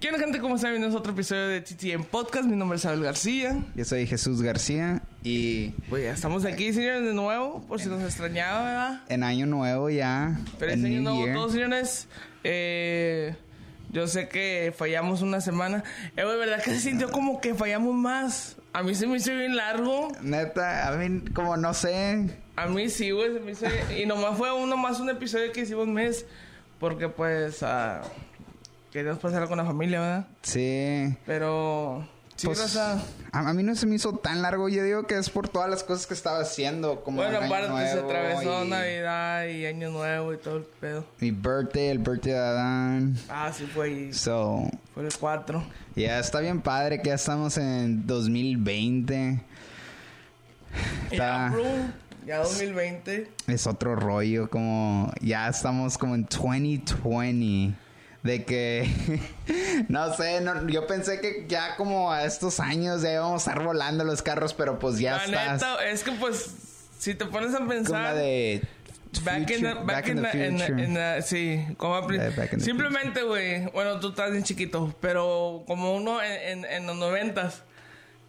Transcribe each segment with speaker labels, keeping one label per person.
Speaker 1: ¿Qué onda, gente? ¿Cómo están? Bienvenidos a otro episodio de Titi en Podcast. Mi nombre es Abel García.
Speaker 2: Yo soy Jesús García y
Speaker 1: Pues ya estamos aquí, señores, de nuevo, por si nos extrañaba, ¿verdad?
Speaker 2: en año nuevo ya.
Speaker 1: Pero
Speaker 2: en
Speaker 1: este año
Speaker 2: New
Speaker 1: nuevo,
Speaker 2: Year.
Speaker 1: todos, señores. eh, yo sé que fallamos una semana. Eh, güey, ¿verdad que se sintió como que fallamos más? A mí se me hizo bien largo.
Speaker 2: Neta, a mí como no sé.
Speaker 1: A mí sí, güey, se me hizo... Y nomás fue uno más un episodio que hicimos mes. Porque, pues, ah, queríamos pasarlo con la familia, ¿verdad?
Speaker 2: Sí.
Speaker 1: Pero... Sí,
Speaker 2: Pues,
Speaker 1: raza.
Speaker 2: a, a mí no se me hizo tan largo. Yo digo que es por todas las cosas que estaba haciendo. Como
Speaker 1: Bueno,
Speaker 2: el año
Speaker 1: aparte se
Speaker 2: nuevo
Speaker 1: atravesó
Speaker 2: y,
Speaker 1: Navidad y Año Nuevo y todo el pedo.
Speaker 2: Mi birthday, el birthday de Adán.
Speaker 1: Ah, sí, fue, y
Speaker 2: So,
Speaker 1: fue el 4.
Speaker 2: ya está bien padre que ya estamos en 2020.
Speaker 1: Y ya,
Speaker 2: Está-
Speaker 1: bro, ya 2020.
Speaker 2: Es otro rollo, como ya estamos como en 2020. De que, no sé, no- yo pensé que ya como a estos años ya íbamos a estar volando los carros, pero pues ya
Speaker 1: La
Speaker 2: estás
Speaker 1: neta, es que pues, si te pones a
Speaker 2: como la
Speaker 1: pensar...
Speaker 2: de...
Speaker 1: Back in the,
Speaker 2: future-
Speaker 1: back in the- en-
Speaker 2: future.
Speaker 1: en la- sí, como apli-
Speaker 2: Yeah, back in the
Speaker 1: simplemente, güey, bueno, tú estás bien chiquito, pero como uno en, en- en los noventas,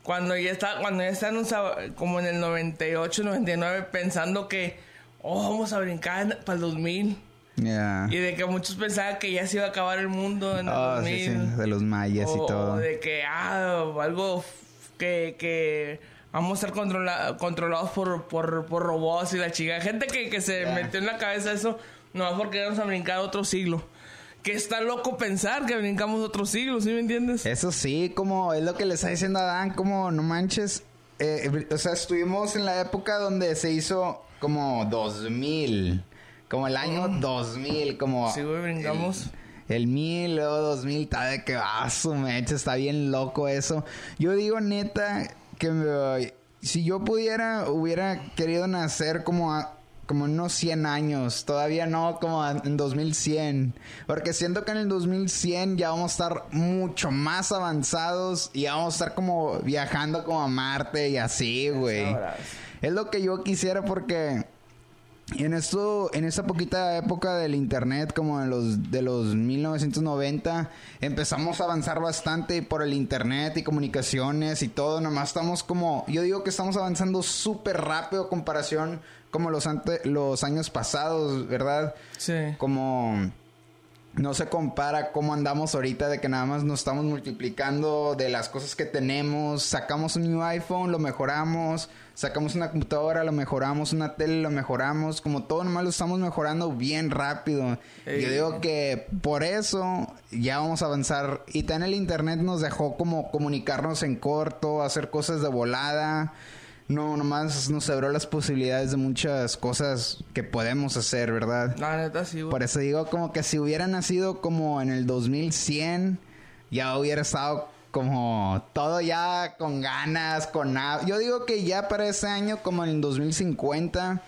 Speaker 1: cuando ya está, cuando ya está en un sab- como en el 98, 99, pensando que, oh, vamos a brincar para el 2000,
Speaker 2: Yeah.
Speaker 1: y de que muchos pensaban que ya se iba a acabar el mundo en el
Speaker 2: Oh,
Speaker 1: 2000,
Speaker 2: sí, sí, de los mayas
Speaker 1: o,
Speaker 2: y
Speaker 1: o
Speaker 2: todo.
Speaker 1: de que, ah, algo f- que, que vamos a estar controla- controlados por, por, por robots y la chica. Gente que, que se
Speaker 2: Ya.
Speaker 1: metió en la cabeza eso, no porque vamos a brincar otro siglo. Que está loco pensar que brincamos otro siglo, ¿sí me entiendes?
Speaker 2: Eso sí, como es lo que le está diciendo a Dan, como no manches. eh, eh, o sea, estuvimos en la época donde se hizo como 2000, como el año 2000, como.
Speaker 1: Oh. Sí, güey, brincamos.
Speaker 2: El 1000, luego 2000, está de que ah, su mecha, está bien loco eso. Yo digo neta que me- si yo pudiera, hubiera querido nacer como a- Como en unos 100 años, todavía no como a- en 2100, porque siento que en el 2100 ya vamos a estar mucho más avanzados y ya vamos a estar como viajando como a Marte y así, güey.
Speaker 1: sabrás.
Speaker 2: Es lo que yo quisiera porque y en esto, en esta poquita época del internet, como en los de los 1990, empezamos a avanzar bastante por el internet y comunicaciones y todo. Nomás estamos como, yo digo que estamos avanzando súper rápido en comparación como los ante, los años pasados, ¿verdad?
Speaker 1: Sí.
Speaker 2: Como no se compara cómo andamos ahorita de que nada más nos estamos multiplicando de las cosas que tenemos, sacamos un new iPhone, lo mejoramos, sacamos una computadora, lo mejoramos, una tele, lo mejoramos, como todo nomás lo estamos mejorando bien rápido.
Speaker 1: Ey.
Speaker 2: Yo digo que por eso ya vamos a avanzar y tan el internet nos dejó como comunicarnos en corto, hacer cosas de volada. No, nomás nos abrió las posibilidades de muchas cosas que podemos hacer, ¿verdad?
Speaker 1: La neta, sí, güey.
Speaker 2: Por eso digo como que si hubiera nacido como en el 2100, ya hubiera estado como todo ya con ganas, con nada. Yo digo que ya para ese año como en el 2050,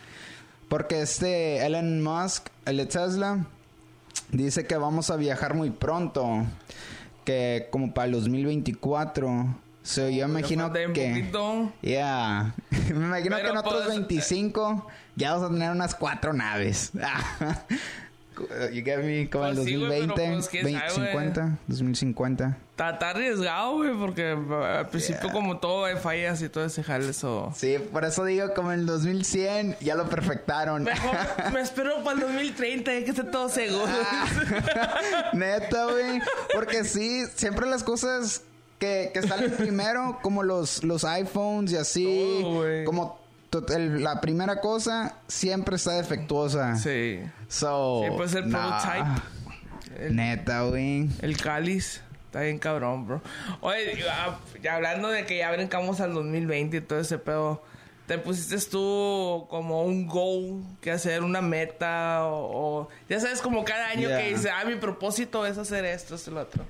Speaker 2: porque este Elon Musk, el de Tesla, dice que vamos a viajar muy pronto, que como para el 2024. So, yo imagino
Speaker 1: falta
Speaker 2: que...
Speaker 1: un poquito.
Speaker 2: Yeah. Me imagino
Speaker 1: Pero,
Speaker 2: que en otros
Speaker 1: pues,
Speaker 2: 25 ya vas a tener unas cuatro naves. you get me? Como en
Speaker 1: Pues sí, güey,
Speaker 2: 2020,
Speaker 1: pero, pues, ¿quién
Speaker 2: 20,
Speaker 1: sabe, güey?
Speaker 2: 50, 2050.
Speaker 1: Está, está arriesgado, güey, porque eh, al principio
Speaker 2: Yeah.
Speaker 1: como todo hay fallas y todo ese jale, eso...
Speaker 2: Sí, por eso digo, como en el 2100 ya lo perfectaron.
Speaker 1: Mejor me espero para el 2030, ya que esté todo seguro.
Speaker 2: Ah. Neta, güey. Porque sí, siempre las cosas que, que salen primero, como los, los iPhones y así,
Speaker 1: Todo, güey.
Speaker 2: como to- el- la primera cosa siempre está defectuosa.
Speaker 1: sí.
Speaker 2: So,
Speaker 1: Sí, pues, el
Speaker 2: nah.
Speaker 1: prototype. El-
Speaker 2: Neta, güey.
Speaker 1: El cáliz. Está bien cabrón, bro. Oye, ya- ya hablando de que ya brincamos al 2020 y todo ese pedo, ¿te pusiste tú como un goal que hacer, una meta? O, o- ya sabes, como cada año
Speaker 2: Yeah.
Speaker 1: que dice, ah, mi propósito es hacer esto, es el otro.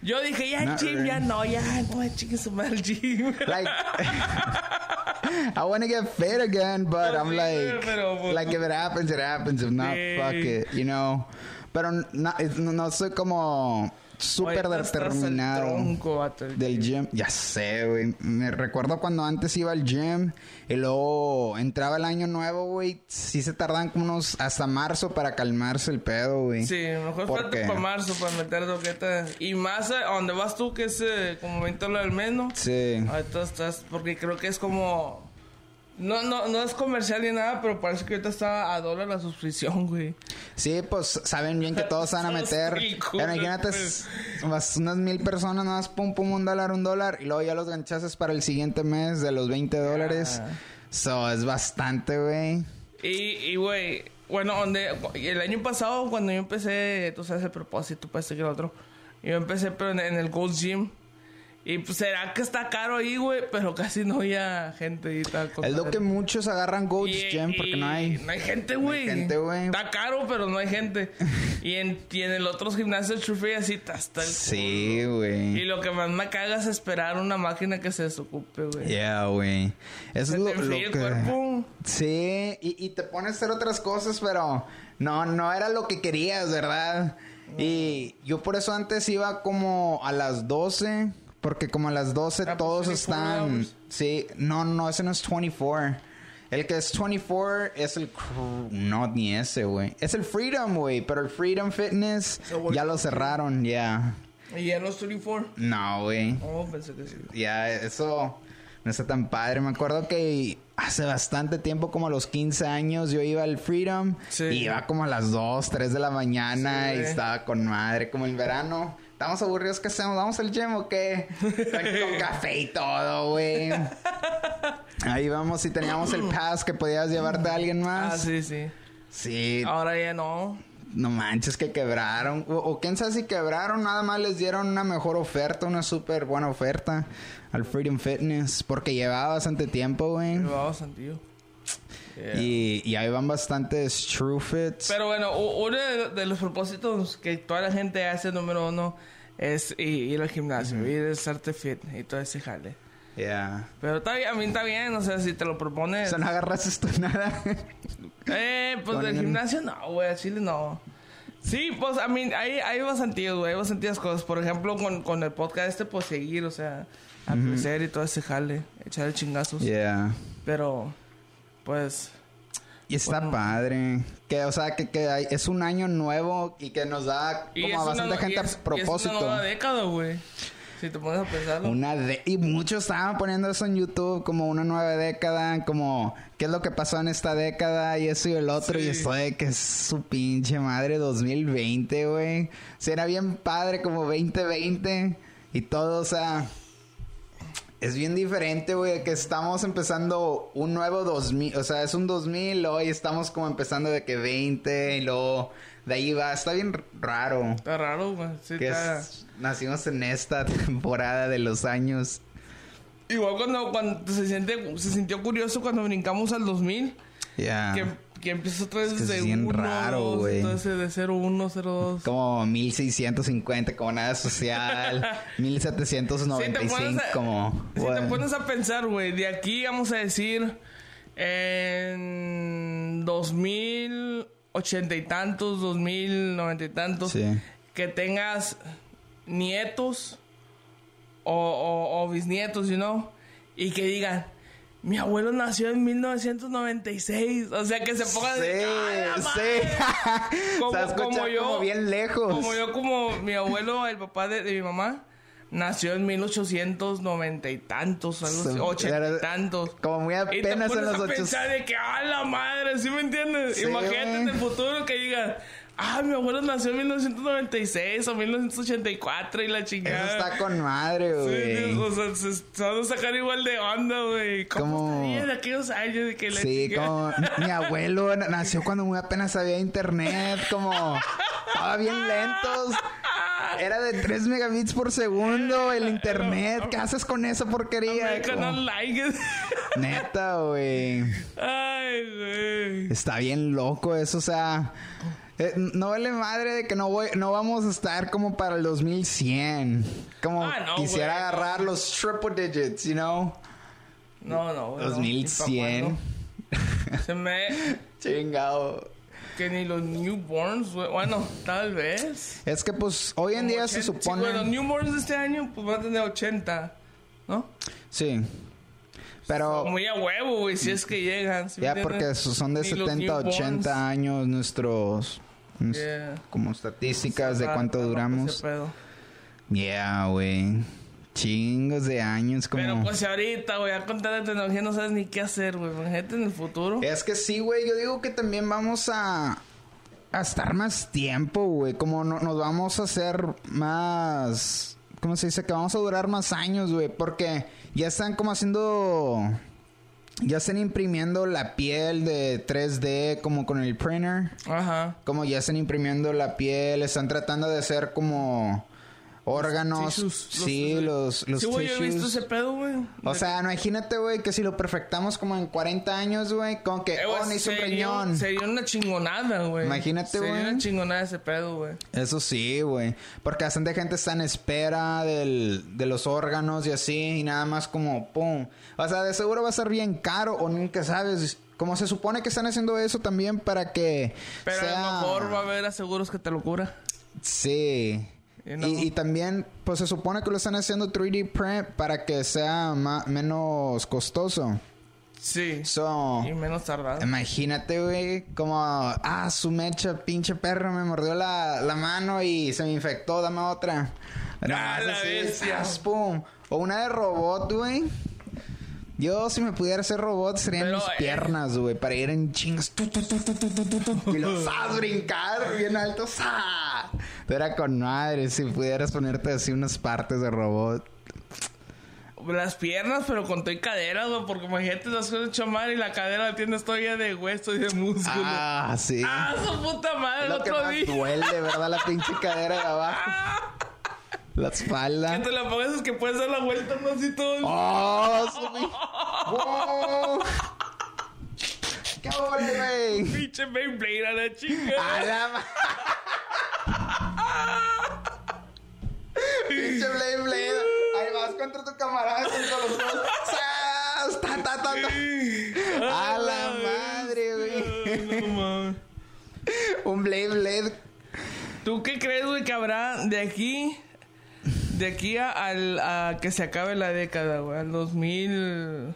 Speaker 1: Yo dije, ya el
Speaker 2: Not
Speaker 1: gym,
Speaker 2: really.
Speaker 1: ya no, ya no, chingue su madre el gym.
Speaker 2: Like, I want to get fit again, but
Speaker 1: No,
Speaker 2: I'm
Speaker 1: sí,
Speaker 2: like,
Speaker 1: pero, pues,
Speaker 2: like if it happens, it happens. If not,
Speaker 1: Sí.
Speaker 2: fuck it, you know. Pero no, es- no, no soy como súper
Speaker 1: Ahorita estás al
Speaker 2: determinado
Speaker 1: tronco, vato.
Speaker 2: del gym. Ya sé, güey. Me recuerdo cuando antes iba al gym y luego entraba el año nuevo, güey. Sí se tardan como unos hasta marzo para calmarse el pedo, güey.
Speaker 1: Sí, mejor
Speaker 2: ¿Por
Speaker 1: falta
Speaker 2: qué?
Speaker 1: para marzo para meter doqueta. Y más eh, a a donde vas tú, que es eh, como 20 dólares al mes, ¿no?
Speaker 2: Sí.
Speaker 1: Ahorita estás, porque creo que es como. No, no, no es comercial ni nada, pero parece que ahorita está a dólar la suscripción, güey.
Speaker 2: Sí, pues saben bien que todos se van a meter.
Speaker 1: Sus culos,
Speaker 2: Pero imagínate
Speaker 1: pues.
Speaker 2: unas unas mil personas nada más, pum, pum, un dólar, un dólar. Y luego ya los ganchazas para el siguiente mes de los 20 dólares. So, es bastante, güey.
Speaker 1: Y, y, güey, bueno, donde, el año pasado cuando yo empecé, tú sabes el propósito, pues que el otro, yo empecé pero en, en el Gold Gym. Y pues será que está caro ahí, güey, pero casi no había gente y tal. cosa.
Speaker 2: Es lo que muchos agarran Goats
Speaker 1: Y-
Speaker 2: Gem
Speaker 1: y
Speaker 2: porque no hay.
Speaker 1: No hay gente, güey.
Speaker 2: gente, güey.
Speaker 1: Está caro, pero no hay gente. y, en, y en el otro gimnasio Trufey así está hasta el
Speaker 2: Sí,
Speaker 1: culo.
Speaker 2: güey.
Speaker 1: Y lo que más me caga es esperar una máquina que se desocupe, güey.
Speaker 2: Yeah, güey. Eso
Speaker 1: Se
Speaker 2: es
Speaker 1: te
Speaker 2: lo, lo
Speaker 1: enfría el
Speaker 2: que.
Speaker 1: cuerpo.
Speaker 2: Sí, y, y te pones a hacer otras cosas, pero no, no era lo que querías, ¿verdad? Y
Speaker 1: Mm.
Speaker 2: yo por eso antes iba como a las 12, porque como a las 12
Speaker 1: Ah, pues,
Speaker 2: todos
Speaker 1: 24
Speaker 2: están.
Speaker 1: hours.
Speaker 2: Sí, no, no, ese no es 24. El que es 24 es el. cr- No, ni ese, güey. Es el Freedom, güey. Pero el Freedom Fitness
Speaker 1: Se volvió-
Speaker 2: ya lo cerraron, ya.
Speaker 1: Y ya no es 34.
Speaker 2: No, güey.
Speaker 1: Oh, pensé que sí.
Speaker 2: Ya, eso no está tan padre. Me acuerdo que hace bastante tiempo, como a los 15 años, yo iba al Freedom.
Speaker 1: Sí.
Speaker 2: Y iba como a las 2, 3 de la mañana
Speaker 1: Sí,
Speaker 2: y
Speaker 1: güey.
Speaker 2: estaba con madre, como el verano. Estamos aburridos, ¿qué hacemos? ¿Vamos al gym o qué? Con, con café y todo, güey. Ahí vamos y teníamos el pass que podías llevarte a alguien más.
Speaker 1: Ah, sí, sí.
Speaker 2: Sí,
Speaker 1: Ahora ya no.
Speaker 2: no manches que quebraron. O, o quién sabe si quebraron, nada más les dieron una mejor oferta, una súper buena oferta al Freedom Fitness. Porque llevaba bastante tiempo, güey.
Speaker 1: Llevaba sentido. Yeah.
Speaker 2: Y, y ahí van bastantes True Fits.
Speaker 1: Pero bueno, u- uno de, de los propósitos que toda la gente hace, número uno, es i- ir al gimnasio, ir a hacerte fit y todo ese jale.
Speaker 2: Yeah.
Speaker 1: Pero está bien, a mí está bien, o sea, si te lo
Speaker 2: O
Speaker 1: propones.
Speaker 2: sea, no agarras esto nada.
Speaker 1: Pues- Eh, pues del
Speaker 2: Ponen-
Speaker 1: gimnasio no, güey, al chile no. Sí, pues, a mí, hay, hay bastantes, güey, hay bastantes cosas. Por ejemplo, con, con el podcast este, pues seguir, o sea, a crecer y todo ese jale, echarle chingazos.
Speaker 2: yeah.
Speaker 1: Pero, pues,
Speaker 2: Y está
Speaker 1: Bueno.
Speaker 2: padre. Que, o sea, que, que hay- es un año nuevo y que nos da
Speaker 1: Y
Speaker 2: como a
Speaker 1: es una-
Speaker 2: bastante
Speaker 1: y
Speaker 2: gente
Speaker 1: es- y
Speaker 2: a propósito.
Speaker 1: Es una nueva década, güey. Si te pones a pensarlo.
Speaker 2: Una de y muchos estaban poniendo eso en YouTube como una nueva década, como qué es lo que pasó en esta década y eso y el otro
Speaker 1: Sí.
Speaker 2: y estoy de que es su pinche madre 2020, güey. Será bien padre como 2020 y todo, o sea, es bien diferente, güey, de que estamos empezando un nuevo 2000, o sea, es un 2000, hoy estamos como empezando de que 20 y luego de ahí va, está bien raro
Speaker 1: Está raro, güey. Sí,
Speaker 2: que
Speaker 1: está-
Speaker 2: es- nacimos en esta temporada de los años.
Speaker 1: Igual cuando, cuando se, siente, se sintió curioso cuando brincamos al 2000,
Speaker 2: Ya.
Speaker 1: que, que empieza otra vez
Speaker 2: Ah. Es que es
Speaker 1: de
Speaker 2: bien
Speaker 1: 1,
Speaker 2: raro,
Speaker 1: 2,
Speaker 2: güey.
Speaker 1: entonces de 0, 1, 0, 2.
Speaker 2: Como 1650 como nada social, 1795 como...
Speaker 1: Si te
Speaker 2: bueno.
Speaker 1: pones a pensar, güey, de aquí vamos a decir en 2080 y tantos, 2090 y tantos,
Speaker 2: Sí.
Speaker 1: que tengas nietos o, o- o bisnietos, you know, y que digan, mi abuelo nació en 1996, o sea, que se pongan...
Speaker 2: Sí,
Speaker 1: "¡Ah, la madre!"
Speaker 2: sí.
Speaker 1: Como-
Speaker 2: Se va a escuchar
Speaker 1: como yo-
Speaker 2: como bien lejos.
Speaker 1: Como yo, como mi abuelo, el papá de, de mi mamá, nació en 1890 y tantos, algo así,
Speaker 2: Sí,
Speaker 1: 80
Speaker 2: era-
Speaker 1: y tantos.
Speaker 2: Como muy
Speaker 1: Y te
Speaker 2: apenas
Speaker 1: pones
Speaker 2: en los
Speaker 1: a
Speaker 2: ocho...
Speaker 1: pensar de que, ah, la madre, ¿sí me entiendes?
Speaker 2: Sí,
Speaker 1: Imagínate en
Speaker 2: güey.
Speaker 1: el futuro que digas, ah, mi abuelo nació en 1996 o 1984 y la
Speaker 2: Eso
Speaker 1: chingada.
Speaker 2: está con madre,
Speaker 1: Sí,
Speaker 2: güey.
Speaker 1: o sea, se, se van a sacar igual de onda, güey. ¿Cómo
Speaker 2: Como-
Speaker 1: estaría de aquellos años de que la
Speaker 2: Sí,
Speaker 1: chingada-
Speaker 2: como mi abuelo na- nació cuando muy apenas había internet, como estaba bien lentos. Era de 3 megabits por segundo el internet. ¿Qué haces con esa porquería?
Speaker 1: American
Speaker 2: Como-
Speaker 1: Online.
Speaker 2: neta, güey.
Speaker 1: Ay, güey.
Speaker 2: Está bien loco eso, o sea, eh, no vale madre de que no voy no vamos a estar como para el 2100. Como
Speaker 1: Ah, no,
Speaker 2: quisiera
Speaker 1: güey.
Speaker 2: agarrar los triple digits, you know?
Speaker 1: No, no, güey, no. ¿Y pa'
Speaker 2: 2100.
Speaker 1: cuándo? Se me.
Speaker 2: Chingado.
Speaker 1: que ni los newborns, güey. Bueno, tal vez.
Speaker 2: Es que pues hoy en día
Speaker 1: 80.
Speaker 2: se
Speaker 1: Sí,
Speaker 2: supone...
Speaker 1: güey, los newborns de este año, pues van a tener 80, ¿no?
Speaker 2: Sí. Pero
Speaker 1: Muy a huevo, güey, si es que llegan. ¿sí me
Speaker 2: Oh. ya
Speaker 1: entiendes?
Speaker 2: porque so- son de
Speaker 1: Ni los
Speaker 2: 70,
Speaker 1: newborns.
Speaker 2: 80 años nuestros... nues-
Speaker 1: Yeah. pues,
Speaker 2: Como estadísticas de
Speaker 1: Está
Speaker 2: cuánto
Speaker 1: raro
Speaker 2: duramos.
Speaker 1: ese pedo.
Speaker 2: Yeah, güey. Chingos de años como...
Speaker 1: Pero pues si ahorita, güey, a contar de tecnología no sabes ni qué hacer, güey. Imagínate en el futuro.
Speaker 2: Es que sí, güey. Yo digo que también vamos a, a estar más tiempo, güey. Como no- nos vamos a hacer más. ¿Cómo se dice? Que vamos a durar más años, güey. Porque ya están como haciendo. Ya están imprimiendo la piel de 3D, como con el printer.
Speaker 1: Ajá.
Speaker 2: Como ya están imprimiendo la piel, están tratando de hacer como órganos.
Speaker 1: tissues, los-
Speaker 2: sí, los, los
Speaker 1: sí, güey, yo he visto
Speaker 2: tissues.
Speaker 1: ese pedo, güey.
Speaker 2: O sea, imagínate, güey, que si lo perfectamos como en 40 años, güey, con que,
Speaker 1: Eh, güey,
Speaker 2: oh, no hizo un
Speaker 1: sería-
Speaker 2: riñón.
Speaker 1: Sería una chingonada, güey.
Speaker 2: Imagínate, güey.
Speaker 1: Sería una chingonada ese pedo, güey.
Speaker 2: Eso sí, güey. Porque bastante gente está en espera del, de los órganos y así, y nada más como, pum. O sea, de seguro va a ser bien caro o nunca sabes. Como se supone que están haciendo eso también para que
Speaker 1: Pero
Speaker 2: sea...
Speaker 1: a lo mejor va a haber aseguros que te lo cura.
Speaker 2: Sí.
Speaker 1: Y no.
Speaker 2: Y, y también, pues se supone que lo están haciendo 3D print para que sea ma- menos costoso.
Speaker 1: Sí.
Speaker 2: So...
Speaker 1: Y menos tardado.
Speaker 2: Em- Imagínate, güey, como, ah, su mecha, pinche perro, me mordió la, la mano y se me infectó, dame otra.
Speaker 1: Ah,
Speaker 2: Nomás
Speaker 1: la
Speaker 2: así,
Speaker 1: bestia.
Speaker 2: zas, pum. O una de robot, güey. Yo, si me pudiera hacer robot, serían
Speaker 1: Pero,
Speaker 2: mis
Speaker 1: eh.
Speaker 2: piernas, güey, para ir en chingas. tu, tu, tu, tu, tu, tu, tu, tu, y los zas, brincar bien alto, sa. Era con madre si pudieras ponerte así unas partes de robot.
Speaker 1: Las piernas, pero con todo y cadera, güey. Porque imagínate las cosas hecho mal y la cadera la tienes todavía de hueso y de músculo. Ah,
Speaker 2: Ah, sí.
Speaker 1: su puta madre, el
Speaker 2: Lo que
Speaker 1: otro
Speaker 2: más
Speaker 1: día.
Speaker 2: duele, ¿verdad? La pinche cadera de abajo. La
Speaker 1: Que
Speaker 2: espalda.
Speaker 1: te la pongas es que puedes dar la vuelta, no así todo.
Speaker 2: ¡Oh! Subí. ¡Wow! ¡Qué bueno, güey!
Speaker 1: Pinche Beyblade a la chica.
Speaker 2: ¡A la ma- ¡Pinche Blade Blade! Ahí vas contra tu camarada contra los dos. ¡Sas! ¡Ta, ta, ta, ta! ¡A la madre, güey!
Speaker 1: Ay, no mames.
Speaker 2: Un Blade Blade.
Speaker 1: ¿Tú qué crees, güey, que habrá de aquí? De aquí a, al- a que se acabe la década, güey. Al 2020,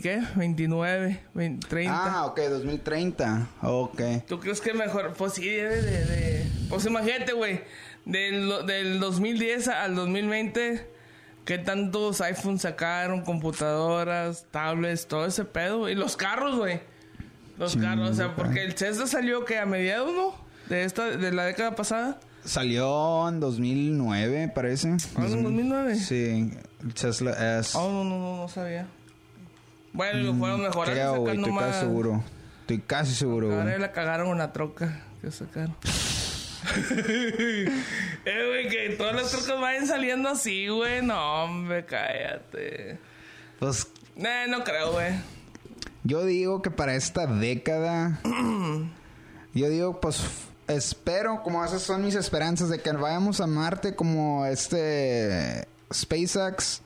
Speaker 1: ¿qué? 29, 20, 30.
Speaker 2: Ah, ok, 2030. Ok.
Speaker 1: ¿Tú crees que mejor? Pues sí, debe de... de- Pues imagínate, güey. Del, do- del 2010 al 2020, ¿qué tantos iPhones sacaron? Computadoras, tablets, todo ese pedo. Y los carros, güey. Los carros, o sea, porque el Tesla salió que a mediados, ¿no? De, esta, de la década pasada.
Speaker 2: Salió en 2009, parece.
Speaker 1: Ah, ¿en 2009?
Speaker 2: Sí, el Tesla S.
Speaker 1: Oh, no, no, no, no sabía. Bueno, lo fueron mejorando.
Speaker 2: Mm, Creo, güey,
Speaker 1: sacando
Speaker 2: estoy
Speaker 1: más.
Speaker 2: casi seguro. Estoy casi seguro,
Speaker 1: Ahora
Speaker 2: güey.
Speaker 1: la cagaron con la troca que sacaron. eh, güey, que todas las trocas vayan saliendo así, güey. No, hombre, cállate.
Speaker 2: Pues
Speaker 1: Nah, no creo, güey.
Speaker 2: yo digo que para esta década. yo digo, pues espero, como esas son mis esperanzas, de que vayamos a Marte como este SpaceX.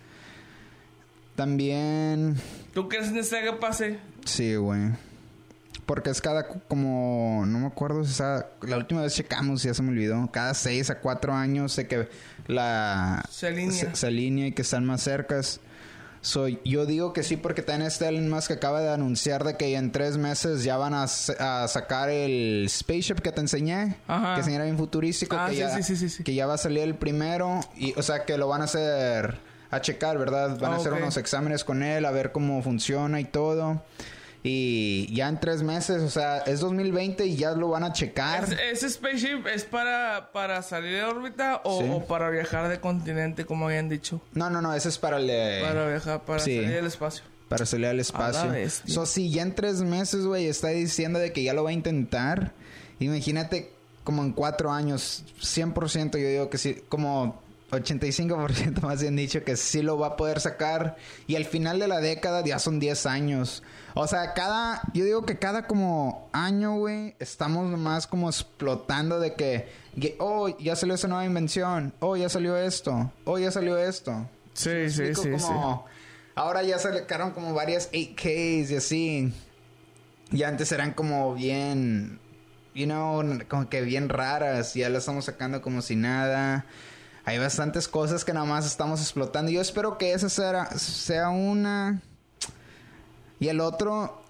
Speaker 2: También.
Speaker 1: ¿Tú crees que se haga pase?
Speaker 2: Sí, güey. Porque es cada cu- como no me acuerdo si esa- la última vez checamos ya se me olvidó. Cada seis a cuatro años sé que la
Speaker 1: Se alinea.
Speaker 2: se, se alinea y que están más cercas. So, yo digo que sí porque también está Elon Musk que acaba de anunciar de que en tres meses ya van a, s- a sacar el spaceship que te enseñé,
Speaker 1: Ajá.
Speaker 2: que enseñé bien futurístico,
Speaker 1: Ah,
Speaker 2: que,
Speaker 1: sí,
Speaker 2: ya,
Speaker 1: sí, sí, sí, sí.
Speaker 2: que ya va a salir el primero y o sea que lo van a hacer a checar, ¿verdad? Van a
Speaker 1: Ah,
Speaker 2: hacer
Speaker 1: ok.
Speaker 2: unos exámenes con él, a ver cómo funciona y todo. Y ya en tres meses, o sea, es 2020 y ya lo van a checar.
Speaker 1: ¿Es- ¿Ese spaceship es para, para salir de órbita o,
Speaker 2: Sí.
Speaker 1: o para viajar de continente, como habían dicho?
Speaker 2: No, no, no, ese es para el de-
Speaker 1: Para viajar, para
Speaker 2: Eh, sí.
Speaker 1: salir del espacio.
Speaker 2: para salir al
Speaker 1: A
Speaker 2: espacio.
Speaker 1: la bestia.
Speaker 2: So, si ya en tres meses, güey, está diciendo de que ya lo va a intentar. Imagínate como en cuatro años, 100% yo digo que sí, como 85% más bien dicho que sí lo va a poder sacar. Y al final de la década ya son 10 años. O sea, cada, yo digo que cada como año, güey, estamos nomás como explotando de que, que, oh, ya salió esa nueva invención, oh, ya salió esto, oh, ya salió esto.
Speaker 1: Sí,
Speaker 2: Explico como- Ahora ya sacaron como varias 8Ks y así. Y antes eran como bien you know, como que bien raras. Ya las estamos sacando como si nada. Hay bastantes cosas que nada más estamos explotando. Yo espero que esa sea, sea una. Y el otro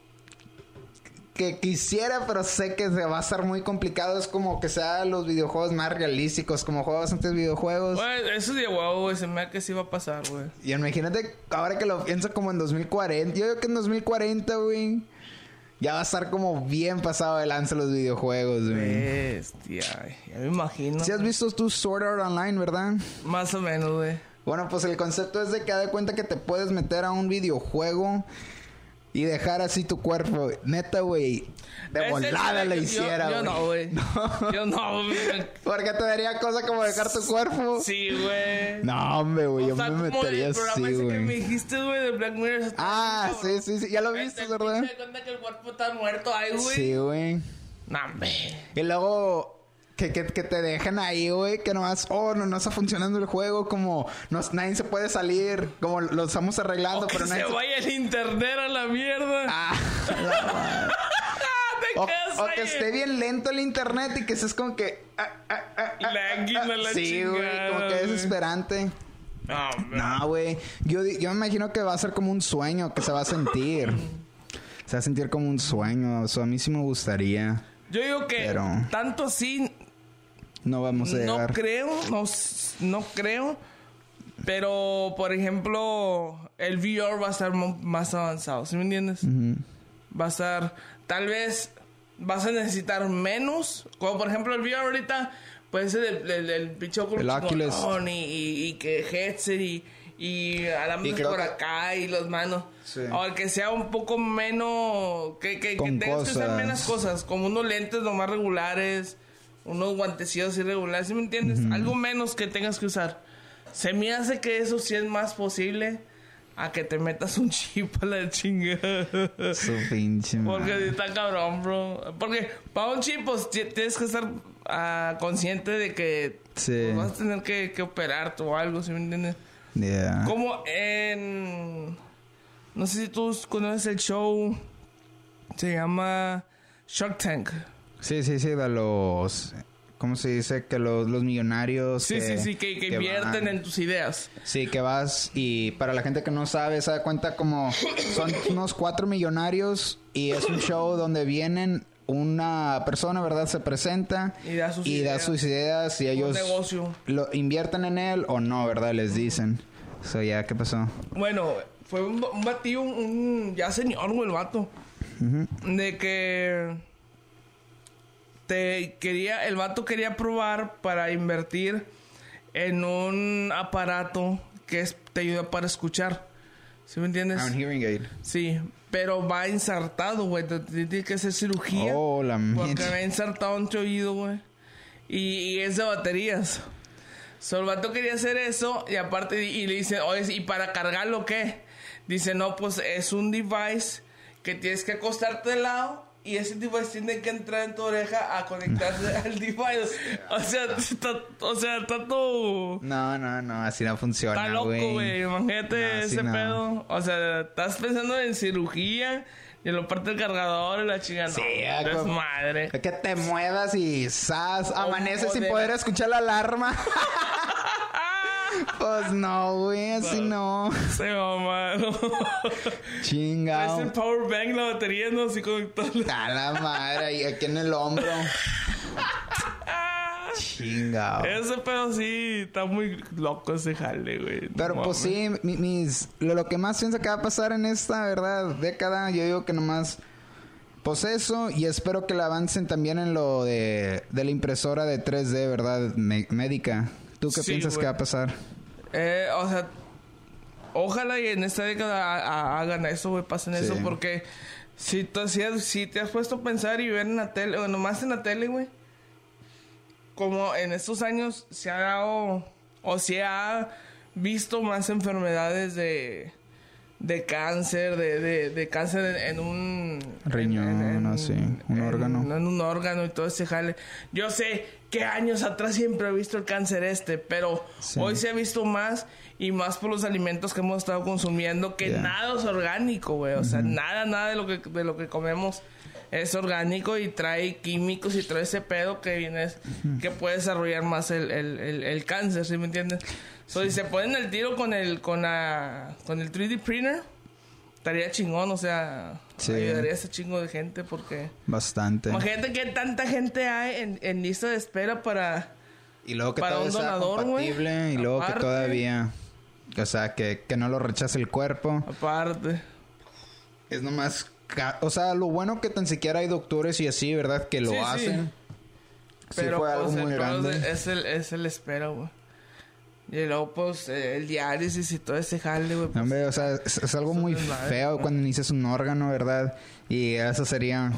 Speaker 2: que quisiera, pero sé que se va a estar muy complicado. Es como que sea los videojuegos más realísticos, como juego bastantes videojuegos.
Speaker 1: Bueno, Pues, eso de wow, güey, se me da que sí va a pasar, güey.
Speaker 2: Y imagínate, ahora que lo pienso como en 2040, yo creo que en 2040, güey, ya va a estar como bien pasado de lanza los videojuegos, güey.
Speaker 1: Bestia, ya me imagino.
Speaker 2: Si has visto tú Sword Art Online, ¿verdad?
Speaker 1: Más o menos, güey.
Speaker 2: Bueno, pues el concepto es de que haz de cuenta que te puedes meter a un videojuego y dejar así tu cuerpo. Neta, güey. De
Speaker 1: Ese
Speaker 2: volada
Speaker 1: chile
Speaker 2: lo
Speaker 1: que yo-
Speaker 2: hiciera,
Speaker 1: Yo,
Speaker 2: güey.
Speaker 1: no, güey. Yo no, güey.
Speaker 2: Porque te daría cosa como dejar tu cuerpo.
Speaker 1: Sí, güey.
Speaker 2: No, hombre, güey. Yo
Speaker 1: O sea,
Speaker 2: me
Speaker 1: como
Speaker 2: metería
Speaker 1: el programa
Speaker 2: así,
Speaker 1: ese que me
Speaker 2: güey.
Speaker 1: dijiste, güey, de Black Mirror. está
Speaker 2: Ah,
Speaker 1: bien,
Speaker 2: sí,
Speaker 1: cabrón.
Speaker 2: sí, sí. Ya lo viste,
Speaker 1: Este
Speaker 2: ¿verdad?
Speaker 1: pinche cuenta que el cuerpo está muerto ahí, güey.
Speaker 2: Sí, güey.
Speaker 1: No, hombre.
Speaker 2: Y luego... Que, que, que te dejan ahí, güey, que nomás, oh, no, no está funcionando el juego, como no, nadie se puede salir, como lo estamos arreglando,
Speaker 1: O que
Speaker 2: Ah, pero
Speaker 1: se
Speaker 2: nadie se-
Speaker 1: vaya el internet a la mierda. Ah,
Speaker 2: Ah, la madre.
Speaker 1: Te
Speaker 2: O,
Speaker 1: quedas
Speaker 2: o
Speaker 1: ahí.
Speaker 2: que esté bien lento el internet y que seas como que. ah, ah, ah, ah,
Speaker 1: Lagging
Speaker 2: ah,
Speaker 1: a la
Speaker 2: Sí, güey,
Speaker 1: chingada,
Speaker 2: como que
Speaker 1: güey.
Speaker 2: desesperante.
Speaker 1: No, hombre.
Speaker 2: No, güey. Yo, di- yo me imagino que va a ser como un sueño que se va a sentir. Se va a sentir como un sueño. Eso a mí sí me gustaría.
Speaker 1: Yo digo que
Speaker 2: Pero-
Speaker 1: tanto así
Speaker 2: No vamos a
Speaker 1: no
Speaker 2: llegar.
Speaker 1: creo, no, s- no creo. Pero, por ejemplo, el VR va a estar mo- más avanzado, ¿sí me entiendes? Va a estar, tal vez vas a necesitar menos. Como por ejemplo el VR ahorita, puede ser el, el, el pinche Oculus
Speaker 2: El Oculus.
Speaker 1: chingón y, y- y que headset y, y alambres
Speaker 2: Y creo
Speaker 1: por
Speaker 2: que-
Speaker 1: acá y las manos.
Speaker 2: Sí.
Speaker 1: O el que sea un poco menos, que, que, que
Speaker 2: Con
Speaker 1: tengas que usar
Speaker 2: cosas.
Speaker 1: menos cosas, como unos lentes nomás regulares, unos guantecillos irregulares, ¿sí me entiendes? Algo menos que tengas que usar. Se me hace que eso sí es más posible a que te metas un chip a la chingada.
Speaker 2: Su pinche
Speaker 1: Porque sí
Speaker 2: madre.
Speaker 1: está cabrón, bro. Porque para un chip, pues ti- tienes que estar ah, consciente de que
Speaker 2: Sí.
Speaker 1: pues, vas a tener que, que operarte o algo, ¿sí me entiendes?
Speaker 2: Yeah.
Speaker 1: Como en. No sé si tú conoces el show. Se llama Shark Tank.
Speaker 2: Sí, sí, sí, de los. ¿Cómo se dice? Que los, los millonarios.
Speaker 1: Sí, sí, sí, que, que invierten
Speaker 2: van-
Speaker 1: en tus ideas.
Speaker 2: Sí, que vas y para la gente que no sabe, se da cuenta como son unos cuatro millonarios y es un show donde vienen una persona, ¿verdad? Se presenta
Speaker 1: Y da sus ideas.
Speaker 2: sus ideas y ellos
Speaker 1: negocio.
Speaker 2: lo invierten en él o no, ¿verdad? Les dicen. So, ya, ¿qué pasó?
Speaker 1: Bueno, fue un, ba- un batillo, un, un- ya señor, güey, el vato. De que. Te quería, el vato quería probar para invertir en un aparato que es- te ayuda para escuchar. ¿Sí me entiendes?
Speaker 2: Ah, un hearing aid.
Speaker 1: Sí, pero va ensartado, güey. te- te- Tiene que hacer cirugía.
Speaker 2: Oh, la
Speaker 1: porque
Speaker 2: mierda.
Speaker 1: va ensartado en tu oído, güey. Y, y es de baterías. So, el vato quería hacer eso y aparte di- y le dice, oye, ¿y para cargarlo qué? Dice, no, pues es un device que tienes que acostarte de lado y ese device tiene que entrar en tu oreja a conectarse al device. O sea,
Speaker 2: Ah.
Speaker 1: está, o sea, está todo...
Speaker 2: No, no, no, así no funciona,
Speaker 1: Está loco, güey. Imagínate
Speaker 2: No, así
Speaker 1: ese
Speaker 2: no.
Speaker 1: pedo. O sea, estás pensando en cirugía y en la parte del cargador y la chingada.
Speaker 2: Sí, ah,
Speaker 1: no,
Speaker 2: como-
Speaker 1: madre.
Speaker 2: Que te muevas y ¡zas!
Speaker 1: Pues
Speaker 2: Amaneces sin
Speaker 1: de-
Speaker 2: poder escuchar la alarma. pues no, güey,
Speaker 1: Pues.
Speaker 2: así no.
Speaker 1: Se mamaron. Es el
Speaker 2: Chingao.
Speaker 1: power bank, la batería, no así conectarla.
Speaker 2: A la madre, y aquí en el hombro. Chingao.
Speaker 1: Ese pedo sí está muy loco ese jale, güey.
Speaker 2: Pero
Speaker 1: No
Speaker 2: pues
Speaker 1: mames.
Speaker 2: sí, mi- mis, lo, lo que más pienso que va a pasar en esta, ¿verdad? Década, yo digo que nomás... Pues eso, y espero que la avancen también en lo de, de la impresora de 3D, ¿verdad? Me- médica. ¿Tú qué
Speaker 1: Sí,
Speaker 2: piensas
Speaker 1: güey.
Speaker 2: que va a pasar?
Speaker 1: Eh, o sea, ojalá y en esta década ha- ha- hagan eso, güey, pasen
Speaker 2: Sí.
Speaker 1: eso, porque si, tú- si, has- si te has puesto a pensar y ver en la tele, o nomás en la tele, güey, como en estos años se ha dado, o se ha visto más enfermedades de, de cáncer, de, de, de cáncer en, en un...
Speaker 2: Riñón, así, un órgano.
Speaker 1: En un órgano y todo ese jale. Yo sé que años atrás siempre he visto el cáncer este, pero
Speaker 2: Sí.
Speaker 1: hoy se ha visto más y más por los alimentos que hemos estado consumiendo que
Speaker 2: Ya.
Speaker 1: nada es orgánico, güey. O sea, nada, nada de lo que, de lo que comemos es orgánico y trae químicos y trae ese pedo que viene, que puede desarrollar más el, el, el, el cáncer, ¿sí me entiendes? So, Si se ponen el tiro con el, con la, con el 3D printer, estaría chingón, o sea,
Speaker 2: Sí.
Speaker 1: ayudaría a ese chingo de gente porque...
Speaker 2: Bastante.
Speaker 1: Imagínate que tanta gente hay en, en lista de espera para...
Speaker 2: Y luego que
Speaker 1: Para
Speaker 2: todo
Speaker 1: un
Speaker 2: sea
Speaker 1: donador, güey.
Speaker 2: compatible y luego que
Speaker 1: Aparte.
Speaker 2: todavía... O sea, que, que no lo rechace el cuerpo.
Speaker 1: Aparte.
Speaker 2: Es nomás... ca- O sea, lo bueno que tan siquiera hay doctores y así, ¿verdad? Que lo
Speaker 1: Sí, sí.
Speaker 2: hacen. Sí
Speaker 1: Pero
Speaker 2: fue algo
Speaker 1: pues, el
Speaker 2: muy
Speaker 1: pedo
Speaker 2: grande.
Speaker 1: de- Es el, es el espero, güey. Y luego, pues, eh, el diálisis y todo ese jale, güey.
Speaker 2: No,
Speaker 1: pues,
Speaker 2: Hombre, o sea, es, es algo
Speaker 1: es un
Speaker 2: muy
Speaker 1: desmadre,
Speaker 2: feo
Speaker 1: ¿no?
Speaker 2: cuando inicias un órgano, ¿verdad? Y eso sería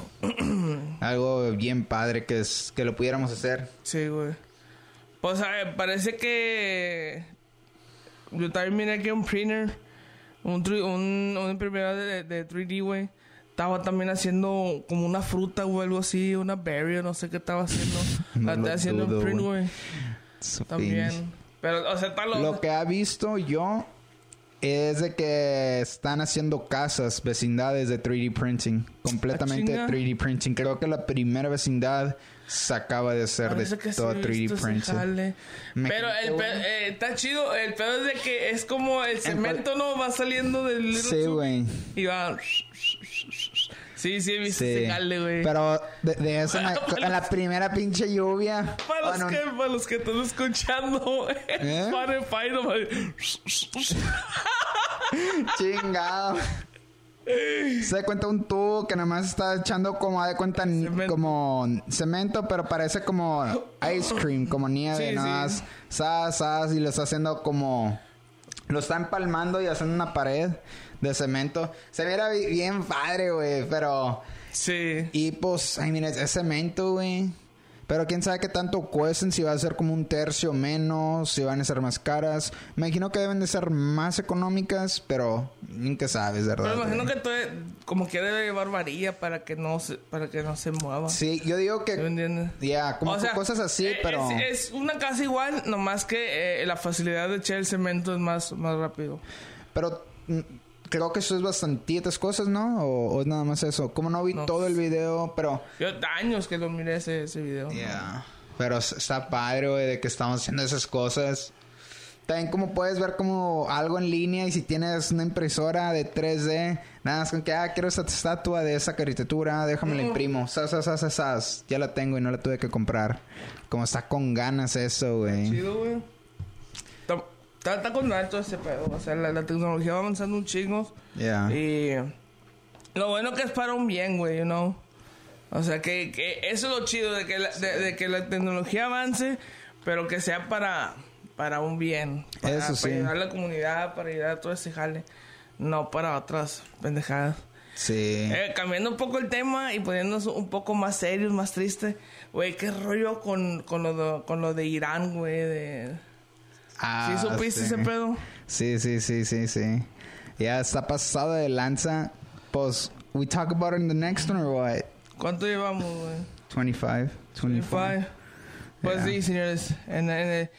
Speaker 2: algo bien padre que, es, que lo pudiéramos hacer.
Speaker 1: Sí, güey. Pues, a ver, parece que... Yo también miré que un printer, un, tru- un, un imprimidor de, de 3D, güey. Estaba también haciendo como una fruta o algo así, una berry, o no sé qué estaba haciendo.
Speaker 2: No
Speaker 1: La
Speaker 2: lo
Speaker 1: estaba haciendo
Speaker 2: dudo,
Speaker 1: un print,
Speaker 2: güey.
Speaker 1: güey.
Speaker 2: Su pinche-
Speaker 1: También. Pero, o sea, está loco.
Speaker 2: Lo que ha visto yo es de que están haciendo casas, vecindades de 3D printing. Completamente de
Speaker 1: chinga.
Speaker 2: 3D printing. Creo que la primera vecindad se acaba de hacer de
Speaker 1: Parece que sí
Speaker 2: todo
Speaker 1: he visto
Speaker 2: 3D
Speaker 1: ese
Speaker 2: printing.
Speaker 1: jale.
Speaker 2: ¿eh? Me
Speaker 1: Pero
Speaker 2: quedé
Speaker 1: el pe-
Speaker 2: bueno.
Speaker 1: eh, está chido. El pedo es de que es como el cemento, ¿no? Va saliendo del Little
Speaker 2: Sí,
Speaker 1: Tube
Speaker 2: güey.
Speaker 1: Y va. Sí, sí, he visto
Speaker 2: Sí.
Speaker 1: ese jale, güey.
Speaker 2: Pero de, de eso, me- en la primera pinche lluvia.
Speaker 1: Para los,
Speaker 2: bueno,
Speaker 1: que, para los que están escuchando, güey.
Speaker 2: ¿Eh?
Speaker 1: Spotify, no mames.
Speaker 2: Chingado. Se da cuenta un tubo que nada más está echando como haz de cuenta ni-
Speaker 1: Cemento.
Speaker 2: como cemento, pero parece como ice cream, como nieve,
Speaker 1: Sí,
Speaker 2: nada
Speaker 1: sí.
Speaker 2: más. Sas, sas, y lo está haciendo como lo está empalmando y haciendo una pared de cemento. Se viera bi- bien padre, güey, pero
Speaker 1: Sí.
Speaker 2: y pues, ay, mira, es cemento, güey. Pero quién sabe qué tanto cuesten, si va a ser como un tercio menos, si van a ser más caras. Me imagino que deben de ser más económicas, pero nunca sabes, ¿verdad?
Speaker 1: Pero imagino
Speaker 2: güey?
Speaker 1: que todo es- como que debe llevar varilla para que no se, para que no se mueva. ¿Sí
Speaker 2: Sí, yo digo
Speaker 1: me
Speaker 2: que...
Speaker 1: entiendes?
Speaker 2: Ya, como que cosas así,
Speaker 1: eh,
Speaker 2: pero...
Speaker 1: Es, es una casa igual, nomás que eh, la facilidad de echar el cemento es más, más rápido.
Speaker 2: Pero mm, creo que eso es bastantitas cosas, ¿no? O, o es nada más eso. Como no vi
Speaker 1: No.
Speaker 2: todo el video, pero...
Speaker 1: Yo años que lo miré ese, ese video.
Speaker 2: Ya. Pero s- está padre, güey, de que estamos haciendo esas cosas. También como puedes ver como algo en línea y si tienes una impresora de 3D, nada más con que, ah, quiero esta estatua de esa caricatura, déjame la imprimo. Sas, sas, sas, sas, sas. Ya la tengo y no la tuve que comprar. Como está con ganas eso, güey.
Speaker 1: Chido, güey. Está, está- está con mal todo ese pedo. O sea, la, la tecnología va avanzando un chingo.
Speaker 2: Ya.
Speaker 1: Y lo bueno que es para un bien, güey, you know. O sea, que, que eso es lo chido, de que, la, de, de que la tecnología avance, pero que sea para, para un bien. Para,
Speaker 2: Eso sí.
Speaker 1: Para ayudar a la comunidad, para ayudar a todo ese jale. No para otras pendejadas.
Speaker 2: Sí.
Speaker 1: Eh, cambiando un poco el tema y poniéndonos un poco más serios, más tristes. Güey, qué rollo con, con, lo, de, con lo de Irán, güey. De...
Speaker 2: Ah,
Speaker 1: ¿Sí supiste
Speaker 2: sí.
Speaker 1: ese pedo?
Speaker 2: Sí, sí, sí, sí, sí. Ya está pasado de lanza. Pues, we talk about it in the next one or what?
Speaker 1: ¿Cuánto llevamos, güey?
Speaker 2: 25, 25.
Speaker 1: Five. Pues
Speaker 2: Yeah.
Speaker 1: sí, señores. En- en el-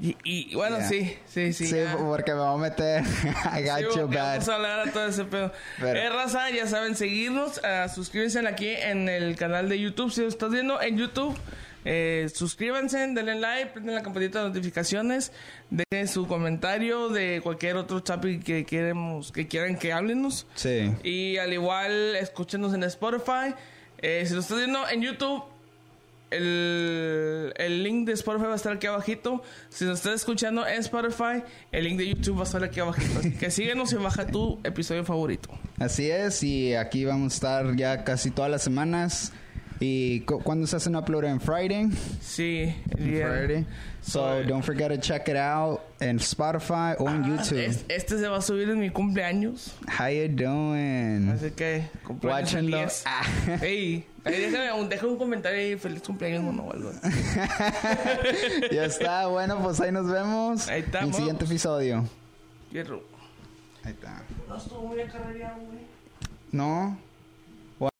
Speaker 1: y, y- bueno,
Speaker 2: Yeah.
Speaker 1: sí, sí, sí.
Speaker 2: Sí,
Speaker 1: ya.
Speaker 2: porque me voy a meter. I got
Speaker 1: Sí,
Speaker 2: you
Speaker 1: porque
Speaker 2: bad.
Speaker 1: Vamos a hablar a todo ese pedo.
Speaker 2: Pero-
Speaker 1: Eh, raza, ya saben, seguirnos, ah, suscríbanse aquí en el canal de YouTube. Si lo estás viendo en YouTube, eh, suscríbanse, denle like, prenden la campanita de notificaciones, dejen su comentario de cualquier otro topic que queremos, que quieran que háblenos.
Speaker 2: Sí.
Speaker 1: Y al igual, escúchenos en Spotify. Eh, si lo estás viendo en YouTube, el, el link de Spotify va a estar aquí abajito. Si lo estás escuchando en Spotify, el link de YouTube va a estar aquí abajito. Así que síguenos y baja tu episodio favorito.
Speaker 2: Así es, y aquí vamos a estar ya casi todas las semanas. ¿Y cu- cuándo se hace un upload? En Friday.
Speaker 1: Sí, bien.
Speaker 2: Friday. So,
Speaker 1: So,
Speaker 2: don't forget to check it out en Spotify o en
Speaker 1: Ah,
Speaker 2: YouTube.
Speaker 1: es- este se va a subir en mi cumpleaños.
Speaker 2: How you doing?
Speaker 1: Así que, cumpleaños
Speaker 2: Watchenlo.
Speaker 1: feliz. Ey, ahí déjame un, deja un comentario ahí, feliz cumpleaños mono, o algo.
Speaker 2: ya está, bueno, pues ahí nos vemos.
Speaker 1: Ahí
Speaker 2: En el
Speaker 1: estamos.
Speaker 2: siguiente episodio.
Speaker 1: Hierro.
Speaker 2: Ahí está.
Speaker 1: No estuvo muy acarreado, güey.
Speaker 2: No,